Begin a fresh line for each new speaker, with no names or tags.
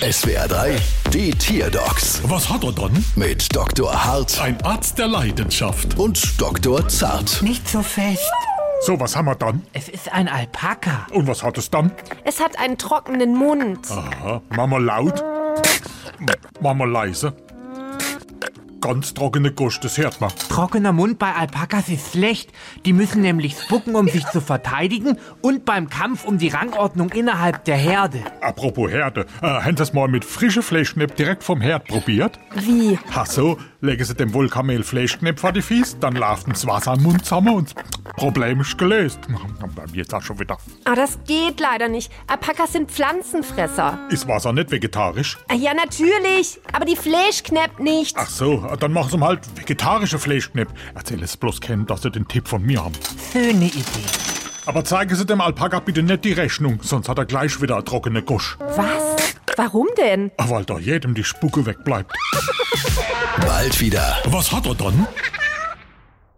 SWR 3, die Tierdocs
Was hat er dann?
mit Dr. Hart
Ein Arzt der Leidenschaft.
und Dr. Zart.
Nicht so fest.
So, was haben wir dann?
Es ist ein Alpaka.
Und was hat es dann?
Es hat einen trockenen Mund.
Aha, Mama laut. Mama leise. Ganz trockene Kost, das hört man.
Trockener Mund bei Alpakas ist schlecht. Die müssen nämlich spucken, um sich zu verteidigen und beim Kampf um die Rangordnung innerhalb der Herde.
Apropos Herde, äh, haben Sie es mal mit frischen Fleischknepp direkt vom Herd probiert?
Wie?
Ha so, legen Sie dem Wollkamel Fleischknepp vor die Fies, dann läuft das Wasser im Mund zusammen und das Problem ist gelöst. Hm, Jetzt auch schon wieder.
Ah, das geht leider nicht. Alpakas sind Pflanzenfresser.
Ist Wasser nicht vegetarisch?
Ah, Ja, natürlich. Aber die Fleischknepp nicht.
Ach so, äh, dann machen Sie mal halt vegetarische Fleischknepp. Erzähl es bloß kennen, dass Sie den Tipp von mir haben.
Schöne Idee.
Aber zeigen Sie dem Alpaka bitte nicht die Rechnung, sonst hat er gleich wieder eine trockene Gusch.
Was? Warum denn?
Weil da jedem die Spucke wegbleibt.
Bald wieder.
Was hat er dann?